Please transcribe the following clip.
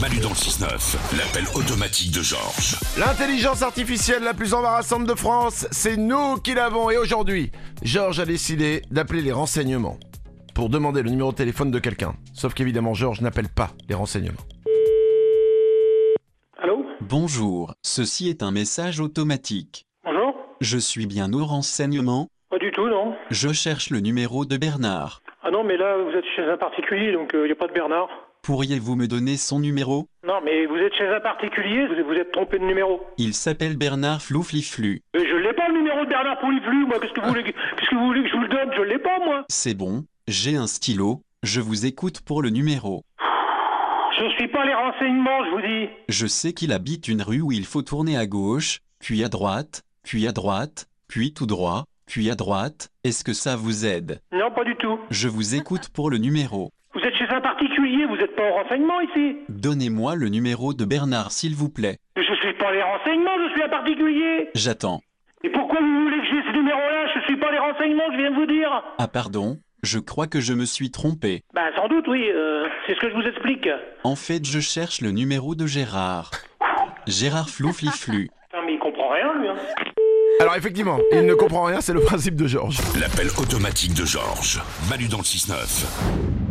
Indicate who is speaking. Speaker 1: Manu dans le 6-9, l'appel automatique de Georges.
Speaker 2: L'intelligence artificielle la plus embarrassante de France, c'est nous qui l'avons. Et aujourd'hui, Georges a décidé d'appeler les renseignements pour demander le numéro de téléphone de quelqu'un. Sauf qu'évidemment, Georges n'appelle pas les renseignements.
Speaker 3: Allô
Speaker 4: Bonjour, ceci est un message automatique.
Speaker 3: Bonjour
Speaker 4: Je suis bien au renseignement,
Speaker 3: Pas du tout, non
Speaker 4: je cherche le numéro de Bernard.
Speaker 3: Ah non, mais là, vous êtes chez un particulier, donc il n'y a pas de Bernard.
Speaker 4: Pourriez-vous me donner son numéro
Speaker 3: Non, mais vous êtes chez un particulier, vous vous êtes trompé de numéro.
Speaker 4: Il s'appelle Bernard Floufliflu.
Speaker 3: Mais je l'ai pas le numéro de Bernard Pouliflu, moi, qu'est-ce que vous voulez que- qu'est-ce que vous voulez que je vous le donne Je l'ai pas, moi
Speaker 4: C'est bon, j'ai un stylo, je vous écoute pour le numéro.
Speaker 3: Je suis pas les renseignements, je vous dis
Speaker 4: Je sais qu'il habite une rue où il faut tourner à gauche, puis à droite, puis à droite, puis tout droit, puis à droite. Est-ce que ça vous aide
Speaker 3: Non, pas du tout.
Speaker 4: Je vous écoute pour le numéro.
Speaker 3: Vous êtes chez un particulier, vous êtes pas au renseignement ici
Speaker 4: Donnez-moi le numéro de Bernard s'il vous plaît.
Speaker 3: Mais je suis pas les renseignements, je suis un particulier
Speaker 4: J'attends.
Speaker 3: Et pourquoi vous voulez que j'ai ce numéro-là Je suis pas les renseignements, je viens de vous dire
Speaker 4: Ah pardon, je crois que je me suis trompé.
Speaker 3: Bah, sans doute, oui, euh, c'est ce que je vous explique.
Speaker 4: En fait, je cherche le numéro de Gérard. Gérard Floufliflu.
Speaker 3: Non, mais il comprend rien, lui, hein
Speaker 2: Alors effectivement, il ne comprend rien, c'est le principe de Georges.
Speaker 1: L'appel automatique de Georges. Manu dans le 6-9.